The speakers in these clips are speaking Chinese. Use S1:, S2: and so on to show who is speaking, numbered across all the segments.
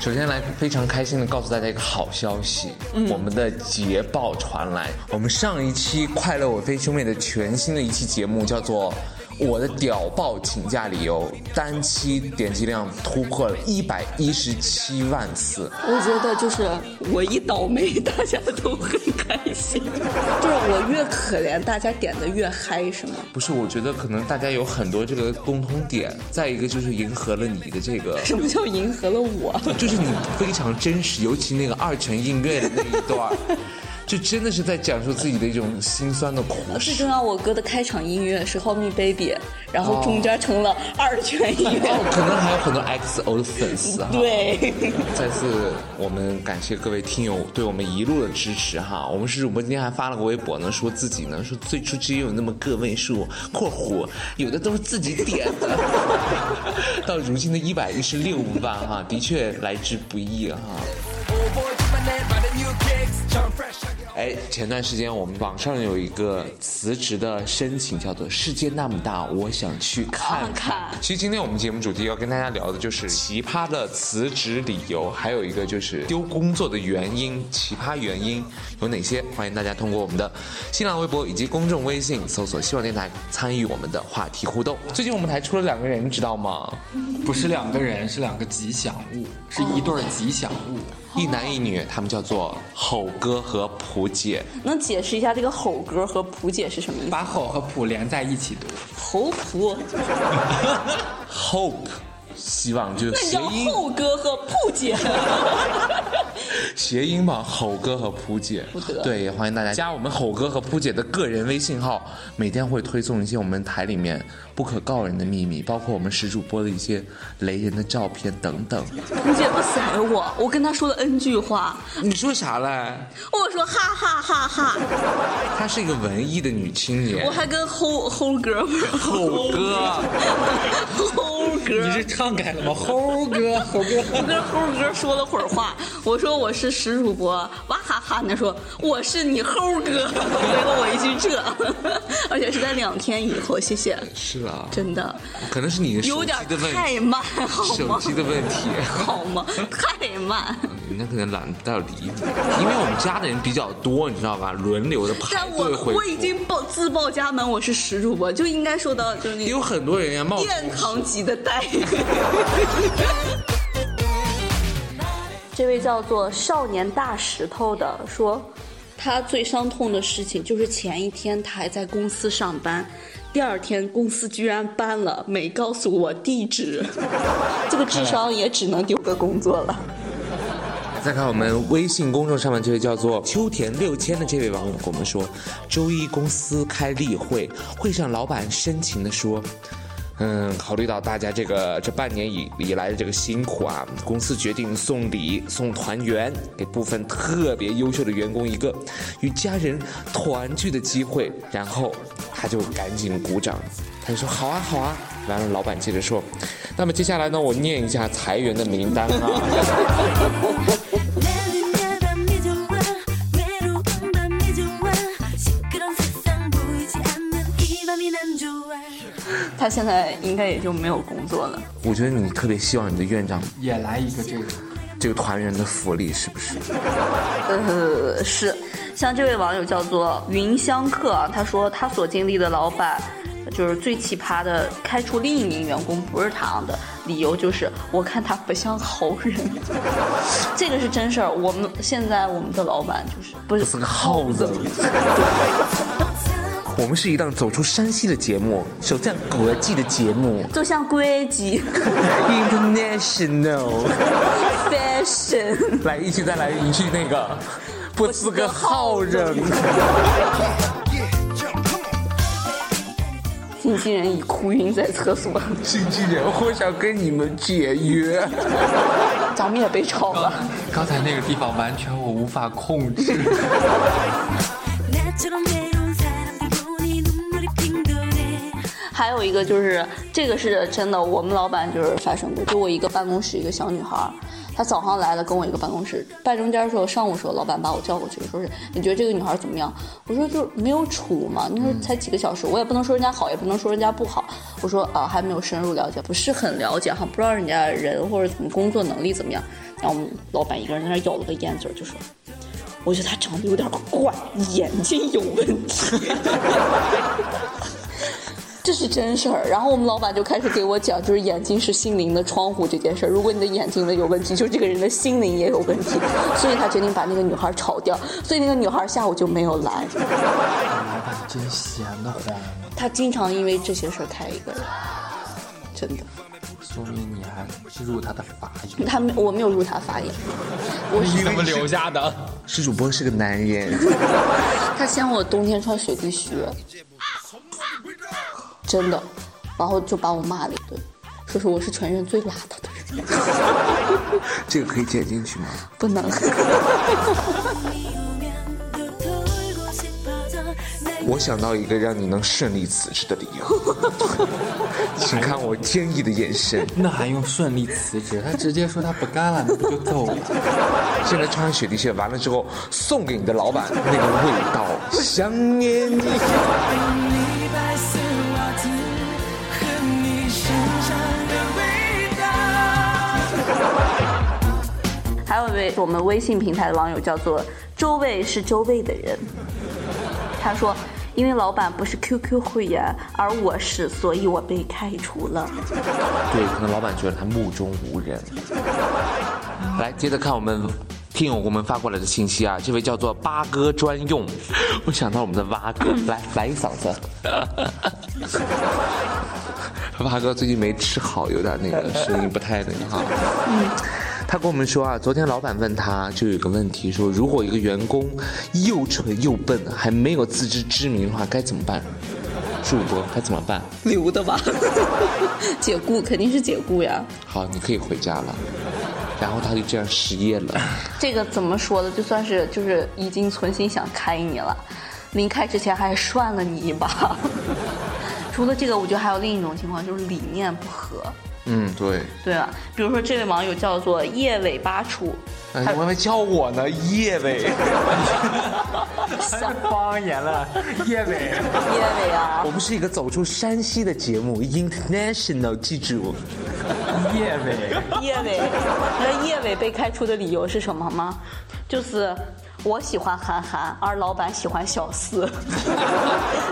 S1: 首先来非常开心的告诉大家一个好消息，我们的捷报传来，我们上一期《快乐我飞兄妹》的全新的一期节目叫做《我的屌爆请假理由》，单期点击量突破了一百一十七万次，
S2: 我觉得就是我一倒霉，大家都很开心， 就是我越可怜，大家点的越嗨，是吗？
S1: 不是，我觉得可能大家有很多这个共通点，再一个就是迎合了你的这 个，
S2: 什么叫迎合了我？
S1: 就是你非常真实，尤其那个二泉映月的那一段儿，就真的是在讲述自己的一种心酸的苦
S2: 最
S1: 事
S2: 重。要，我歌的开场音乐是《Hold Me Baby》，然后中间成了二泉映 月。
S1: 哦，可能还有很多 XO 的粉丝哈。
S2: 对，
S1: 再次我们感谢各位听友对我们一路的支持哈。我们是主播今天还发了个微博呢，说自己呢说最初只有那么个位数 （括弧有的都是自己点的），到如今的一百一十六万哈，的确来之不易哈。哎，前段时间我们网上有一个辞职的申请，叫做“世界那么大，我想去看看”
S2: 看看
S1: 其实今天我们节目主题要跟大家聊的就是奇葩的辞职理由，还有一个就是丢工作的原因，奇葩原因有哪些？欢迎大家通过我们的新浪微博以及公众微信搜索“希望电台”参与我们的话题互动。最近我们台出了两个人，你知道吗？
S3: 不是两个人，是两个吉祥物，是一对儿吉祥物。
S1: 一男一女，他们叫做吼哥和蒲姐。
S2: 能解释一下这个吼歌和蒲姐是什么意思？
S3: 把吼和普连在一起读，
S2: 吼蒲，
S1: Hope，希望就是
S2: 那
S1: 谐
S2: 叫
S1: 音
S2: 后哥和蒲姐。
S1: 谐音嘛，吼哥和蒲姐
S2: 得，
S1: 对，也欢迎大家加我们吼哥和蒲姐的个人微信号，每天会推送一些我们台里面不可告人的秘密，包括我们石主播的一些雷人的照片等等。
S2: 蒲姐不甩我，我跟她说了 N 句话，
S1: 你说啥嘞？
S2: 我说哈哈哈哈，
S1: 她是一个文艺的女青年
S2: 我，还跟吼吼哥玩儿
S1: 吼哥，
S2: 吼哥。
S3: 唱开了吗？猴哥，猴哥，
S2: 我跟猴哥说了会儿话，我说我是石主播，哇哈哈，他说我是你猴哥， 回了我一句这，而且是在两天以后，谢谢，
S1: 是啊，
S2: 真的
S1: 可能是你的
S2: 有
S1: 手机
S2: 点
S1: 的问
S2: 太
S1: 题，
S2: 慢，好
S1: 手
S2: 吗？
S1: 机的问题。
S2: 好吗？太慢，
S1: 人家可能懒得理你，因为我们家的人比较多，你知道吧？轮流的排
S2: 但我
S1: 队回复。
S2: 我已经报自报家门，我是石主播，就应该受到就是那
S1: 也
S2: 种
S1: 有很多人呀，冒充
S2: 殿堂级的待遇。这位叫做少年大石头的说，他最伤痛的事情就是前一天他还在公司上班，第二天公司居然搬了，没告诉我地址， 这个智商也只能丢个工作了。
S1: 再看我们微信公众上面这位叫做秋田六千的这位网友跟我们说，周一公司开例会，会上老板深情地说。嗯，考虑到大家这个这半年以以来的这个辛苦啊，公司决定送礼送团圆，给部分特别优秀的员工一个与家人团聚的机会。然后他就赶紧鼓掌，他就说好啊好啊。完了，老板接着说，那么接下来呢，我念一下裁员的名单啊。
S2: 他现在应该也就没有工作了。
S1: 我觉得你特别希望你的院长
S3: 也来一个这个。
S1: 这个团员的福利是不是？
S2: 呃，是，像这位网友叫做云香客啊，他说他所经历的老板，就是最奇葩的，开除另一名员工不是他的，理由就是我看他不像好人。 这个是真事儿。我们现在我们的老板就是不是
S4: 不是个耗子。我们是一档走出山西的节目，走向国际的节目
S2: 就像硅基
S4: ，International。
S2: fashion，
S4: 来，一起再来一句那个，不是个好人。
S2: 经纪人已哭晕在厕所，
S4: 经纪人，我想跟你们解约。
S2: 咱们也被炒了。
S3: 刚才那个地方完全我无法控制。
S2: 还有一个就是这个是真的，我们老板就是发生过，就我一个办公室一个小女孩儿，她早上来了跟我一个办公室，办中间的时候，上午的时候老板把我叫过去，说是你觉得这个女孩怎么样？我说就是没有处嘛，你说才几个小时，我也不能说人家好，也不能说人家不好，我说啊还没有深入了解，不是很了解哈，不知道人家人或者怎么工作能力怎么样。然后我们老板一个人在那儿咬了个烟嘴儿，就说。我觉得她长得有点怪，眼睛有 问题。这是真事儿。然后我们老板就开始给我讲，就是眼睛是心灵的窗户这件事儿。如果你的眼睛的有问题，就这个人的心灵也有问题。所以他决定把那个女孩炒掉。所以那个女孩下午就没有来。
S3: 老板真闲得慌，
S2: 他经常因为这些事儿开一个人，真的。
S3: 说明你还入他的法眼。
S2: 他没，我没有入他法眼。我
S3: 你怎么留下的？
S4: 是主播是个男人，
S2: 他嫌我冬天穿雪地靴，真的，然后就把我骂了一顿，说是我是全院最邋遢的人，
S4: 这个可以剪进去吗？
S2: 不能。
S4: 我想到一个让你能顺利辞职的理由，请看我坚毅的眼神。
S3: 那还用顺利辞职？他直接说他不干了，那不就走了？
S4: 现在穿上雪地靴，完了之后送给你的老板那个味道，想念你。
S2: 还有一位我们微信平台的网友叫做“周卫是周卫的人”，他说：“因为老板不是 QQ 会员，而我是，所以我被开除了。
S4: 对，可能老板觉得他目中无人。来，接着看我们听友给我们发过来的信息啊，这位叫做八哥专用，我想到我们的蛙哥，来来一嗓子。蛙哥最近没吃好，有点那个声音不太那个哈。他跟我们说啊，昨天老板问他就有个问题，说如果一个员工又蠢又笨，还没有自知之明的话，该怎么办？主播该怎么办？”
S2: 留的吧， 解雇肯定是解雇呀。
S4: 好，你可以回家了。然后他就这样失业了。
S2: 这个怎么说呢？就算是就是已经存心想开你了，临开之前还涮了你一把。 除了这个，我觉得还有另一种情况，就是理念不合，
S4: 嗯，对。
S2: 对吧？比如说这位网友叫做叶尾巴处，
S4: 哎，我还没叫我呢，叶 伟。
S3: 方言了，叶伟。
S2: 叶尾啊，
S4: 我们是一个走出山西的节目，International，记住。
S3: 叶伟，
S2: 叶 伟，你知道叶伟被开除的理由是什么吗？就是我喜欢韩寒，而老板喜欢小 四，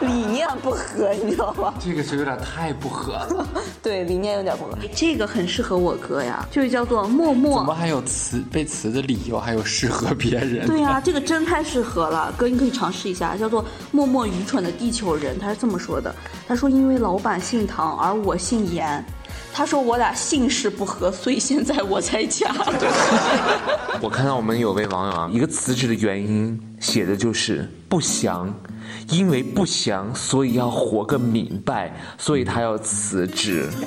S2: 理念不合，你知道吗？
S3: 这个是有点太不合了。
S2: 对，理念有点不合。哎这个很适合我哥呀，就是叫做默
S3: 怎么
S2: 默。
S3: 还有辞被辞的理由，还有适合别人？
S2: 对呀、这个真太适合了，哥，你可以尝试一下，叫做《默默愚蠢的地球人》，他是这么说的：他说因为老板姓唐，而我姓严，他说我俩姓氏不合，所以现在我才 嫁。
S4: 我看到我们有位网友啊，一个辞职的原因写的就是不祥，因为不祥，所以要活个明白，所以他要辞职。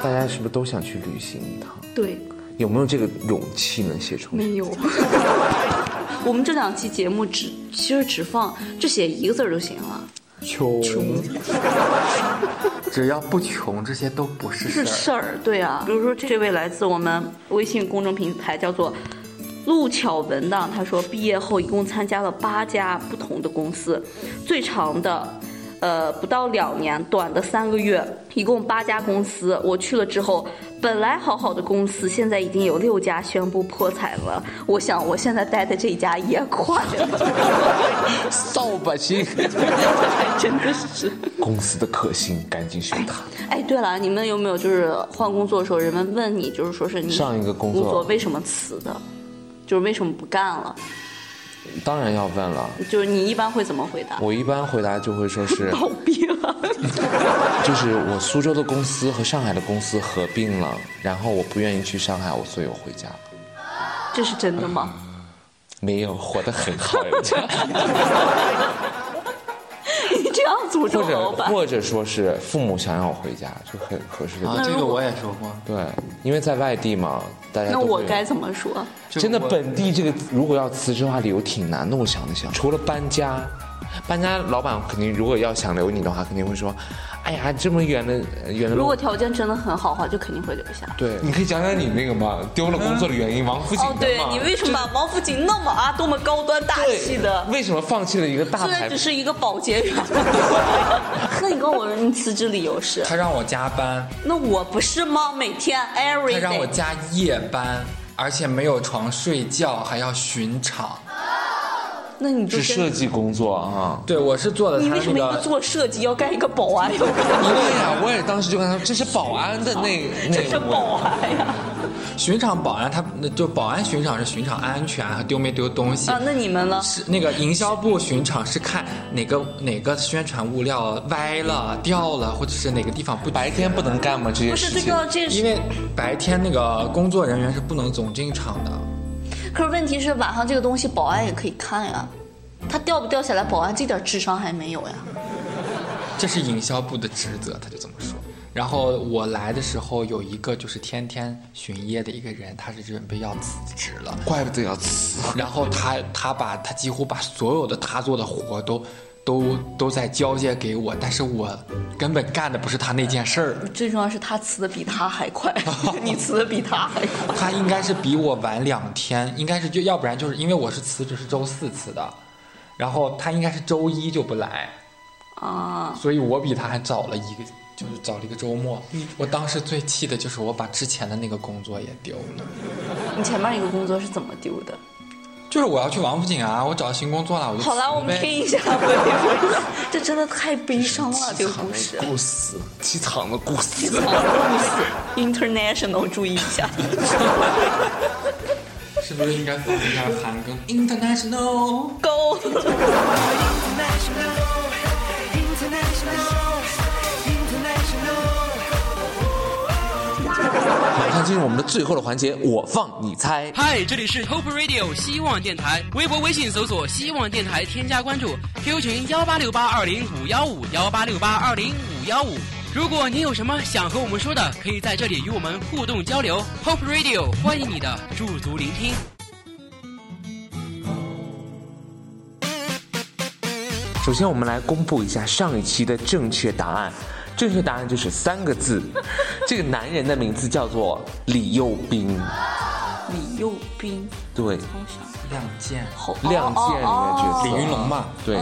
S4: 大家是不是都想去旅行一趟？
S2: 对，
S4: 有没有这个勇气能写出来？
S2: 没有。我们这两期节目只其实只放只写一个字儿就行了，
S3: 穷，只要不穷，这些都不是
S2: 是
S3: 事
S2: 事儿，对啊。比如说这位来自我们微信公众平台叫做陆巧文的，他说毕业后一共参加了八家不同的公司，最长的。呃，不到两年，短的三个月，一共八家公司。我去了之后，本来好好的公司，现在已经有六家宣布破产了。我想，我现在待的这家也快了，
S4: 扫把 星，
S2: 真的是。
S4: 公司的克星，赶紧选他。
S2: 哎，对了，你们有没有就是换工作的时候，人们问你，就是说是你
S4: 上一个工作
S2: 为什么辞的，就是为什么不干了？
S4: 当然要问了，
S2: 就是你一般会怎么回答？
S4: 我一般回答就会 说是，
S2: 倒闭了。
S4: 就是我苏州的公司和上海的公司合并了，然后我不愿意去上海，我所以我回家了。
S2: 这是真的吗？
S4: 没有，活得很好，人家。
S2: 你这样诅咒
S4: 或者
S2: 老板，
S4: 或者说是父母想让我回家，就很合适的。
S3: 啊，这个我也说过。
S4: 对，因为在外地嘛，大家
S2: 那
S4: 都会
S2: 我
S4: 有
S2: 该怎么说？
S3: 这个
S4: 真的
S3: 我
S4: 本地这个如果要辞职的话，理由挺难的。我想了想，除了搬家，搬家老板肯定如果要想留你的话，肯定会说，哎呀，这么远的呃远的
S2: 如
S4: 路
S2: 果，条件真的很好的话，就肯定会留下。
S4: 对，你可以讲讲你那个嘛，丢了工作的原因，王府井
S2: 哦
S4: 的嘛，，
S2: 对你为什么把王府井那么啊多么高端大气的？
S4: 为什么放弃了一个大
S2: 虽然
S4: 牌
S2: 只？是一个保洁员， 那你跟我说你辞职理由是？
S3: 他让我加班，
S2: 那我不是吗？每天
S3: 他让我
S2: every day，
S3: 加夜班，而且没有床睡觉，还要巡场。
S2: 那你就是
S4: 设
S2: 真
S4: 计工作啊。
S3: 对，我是做的
S2: 你
S3: 他
S2: 为什么一
S3: 那
S2: 个
S3: 个。
S2: 做设计要干一个保 安？
S4: 对呀，我也当时就跟他说，这是保安的那
S2: 这
S4: 那
S2: 是
S4: 个
S2: 保安呀！
S3: 巡场保安，他那就保安巡场是巡场安全和丢没丢东西。
S2: 啊，那你们呢？
S3: 是那个营销部巡场是看哪个哪个宣传物料歪了、掉了，或者是哪个地方不
S4: 白天不能干吗？这些
S2: 不是
S4: 事
S2: 这
S4: 情。
S2: 个，这
S3: 因
S2: 是。
S3: 为白天那个工作人员是不能总进场的。
S2: 可是问题是，晚上这个东西保安也可以看呀，他掉不掉下来，保安这点智商还没有呀。
S3: 这是营销部的职责，他就这么说。然后我来的时候有一个就是天天巡夜的一个人，他是准备要辞职了。
S4: 怪不得要辞。
S3: 然后他他把他几乎把所有的他做的活都都都在交接给我，但是我根本干的不是他那件事儿。
S2: 最重要是他辞的比他还 快，你辞的比他还快。
S3: 他应该是比我晚两天，应该是就要不然就是因为我是辞职是周四辞的，然后他应该是周一就不来，
S2: 啊，
S3: 所以我比他还早了一个，就是早了一个周末。我当时最气的就是我把之前的那个工作也丢了，
S2: 你前面一个工作是怎么丢的？
S3: 就是我要去王府井啊，我找新工作了，我就
S2: 好啦，
S3: 辞
S2: 我们
S3: 呗
S2: 听一下吧，这个 这真的太悲伤了，这个故事。
S4: 故事，机场的故事。
S2: International，注意一下。
S3: 是不是应该放一下韩庚 International？
S2: Go，
S4: 马上进入我们的最后的环节，我放你猜。
S5: 嗨，这里是 Top Radio 希望电台，微博、微信搜索“希望电台”，添加关注，Q 群幺八六八二零五幺五幺八六八二零五幺五。如果你有什么想和我们说的，可以在这里与我们互动交流。Top Radio 欢迎你的驻足聆听。
S4: 首先，我们来公布一下上一期的正确答案。正确答案就是三 个字，这个男人的名字叫做李幼斌。
S2: 李幼斌，
S4: 对，
S2: 从哦小
S3: 亮剑，
S2: 好
S4: 《亮剑》里面的角色
S3: 李云龙。嘛，
S4: 对，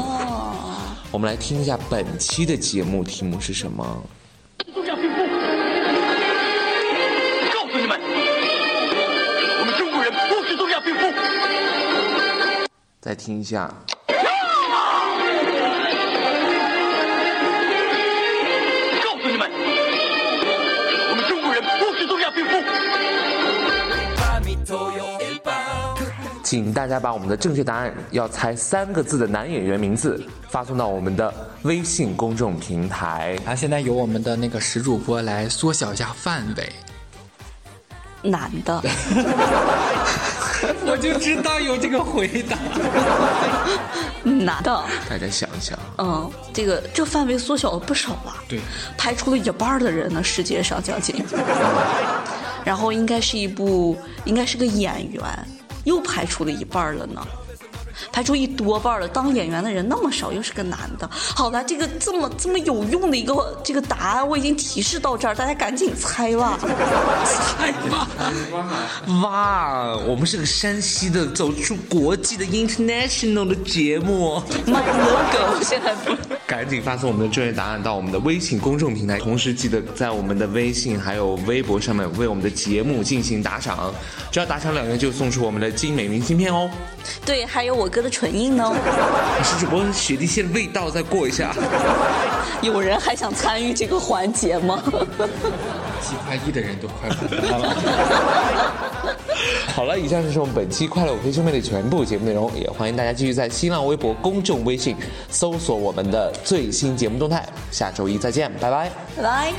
S4: 我们来听一下本期的节目题目是什么？
S6: 告诉你们，我们中国人不是宗教病夫。
S4: 再听一下，
S6: 告诉你们，我们中国人不是宗教病夫。
S4: 请大家把我们的正确答案要猜三个字的男演员名字发送到我们的微信公众平台。
S3: 然后现在由我们的那个石主播来缩小一下范围。
S2: 男的，
S3: 我就知道有这个回答。
S2: 男的，
S4: 大家想一想，
S2: 嗯，这个这范围缩小了不少吧？
S3: 对，
S2: 排除了一半儿的人呢，世界上将近。
S4: 嗯
S2: 然后应该是一部，应该是个演员，又排除了一半儿了呢。排除一多半儿了，当演员的人那么少，又是个男的。好了，这个这么这么有用的一个这个答案，我已经提示到这儿，大家赶紧猜吧，猜吧。
S4: 哇，我们是个山西的，走出国际的 international 的节目。
S2: My logo 现在不
S4: 赶紧发送我们的正确答案到我们的微信公众平台，同时记得在我们的微信还有微博上面为我们的节目进行打赏，只要打赏两元就送出我们的精美明信片哦。
S2: 对，还有我哥的唇印呢。
S4: 还是主播雪地蟹的味道，再过一下。
S2: 有人还想参与这个环节吗？
S3: 几块一的人都快不能了。
S4: 好了，以上就是我们本期《快乐我飞兄妹》的全部节目内容，也欢迎大家继续在新浪微博、公众微信搜索我们的最新节目动态。下周一再见，拜拜。
S2: 来。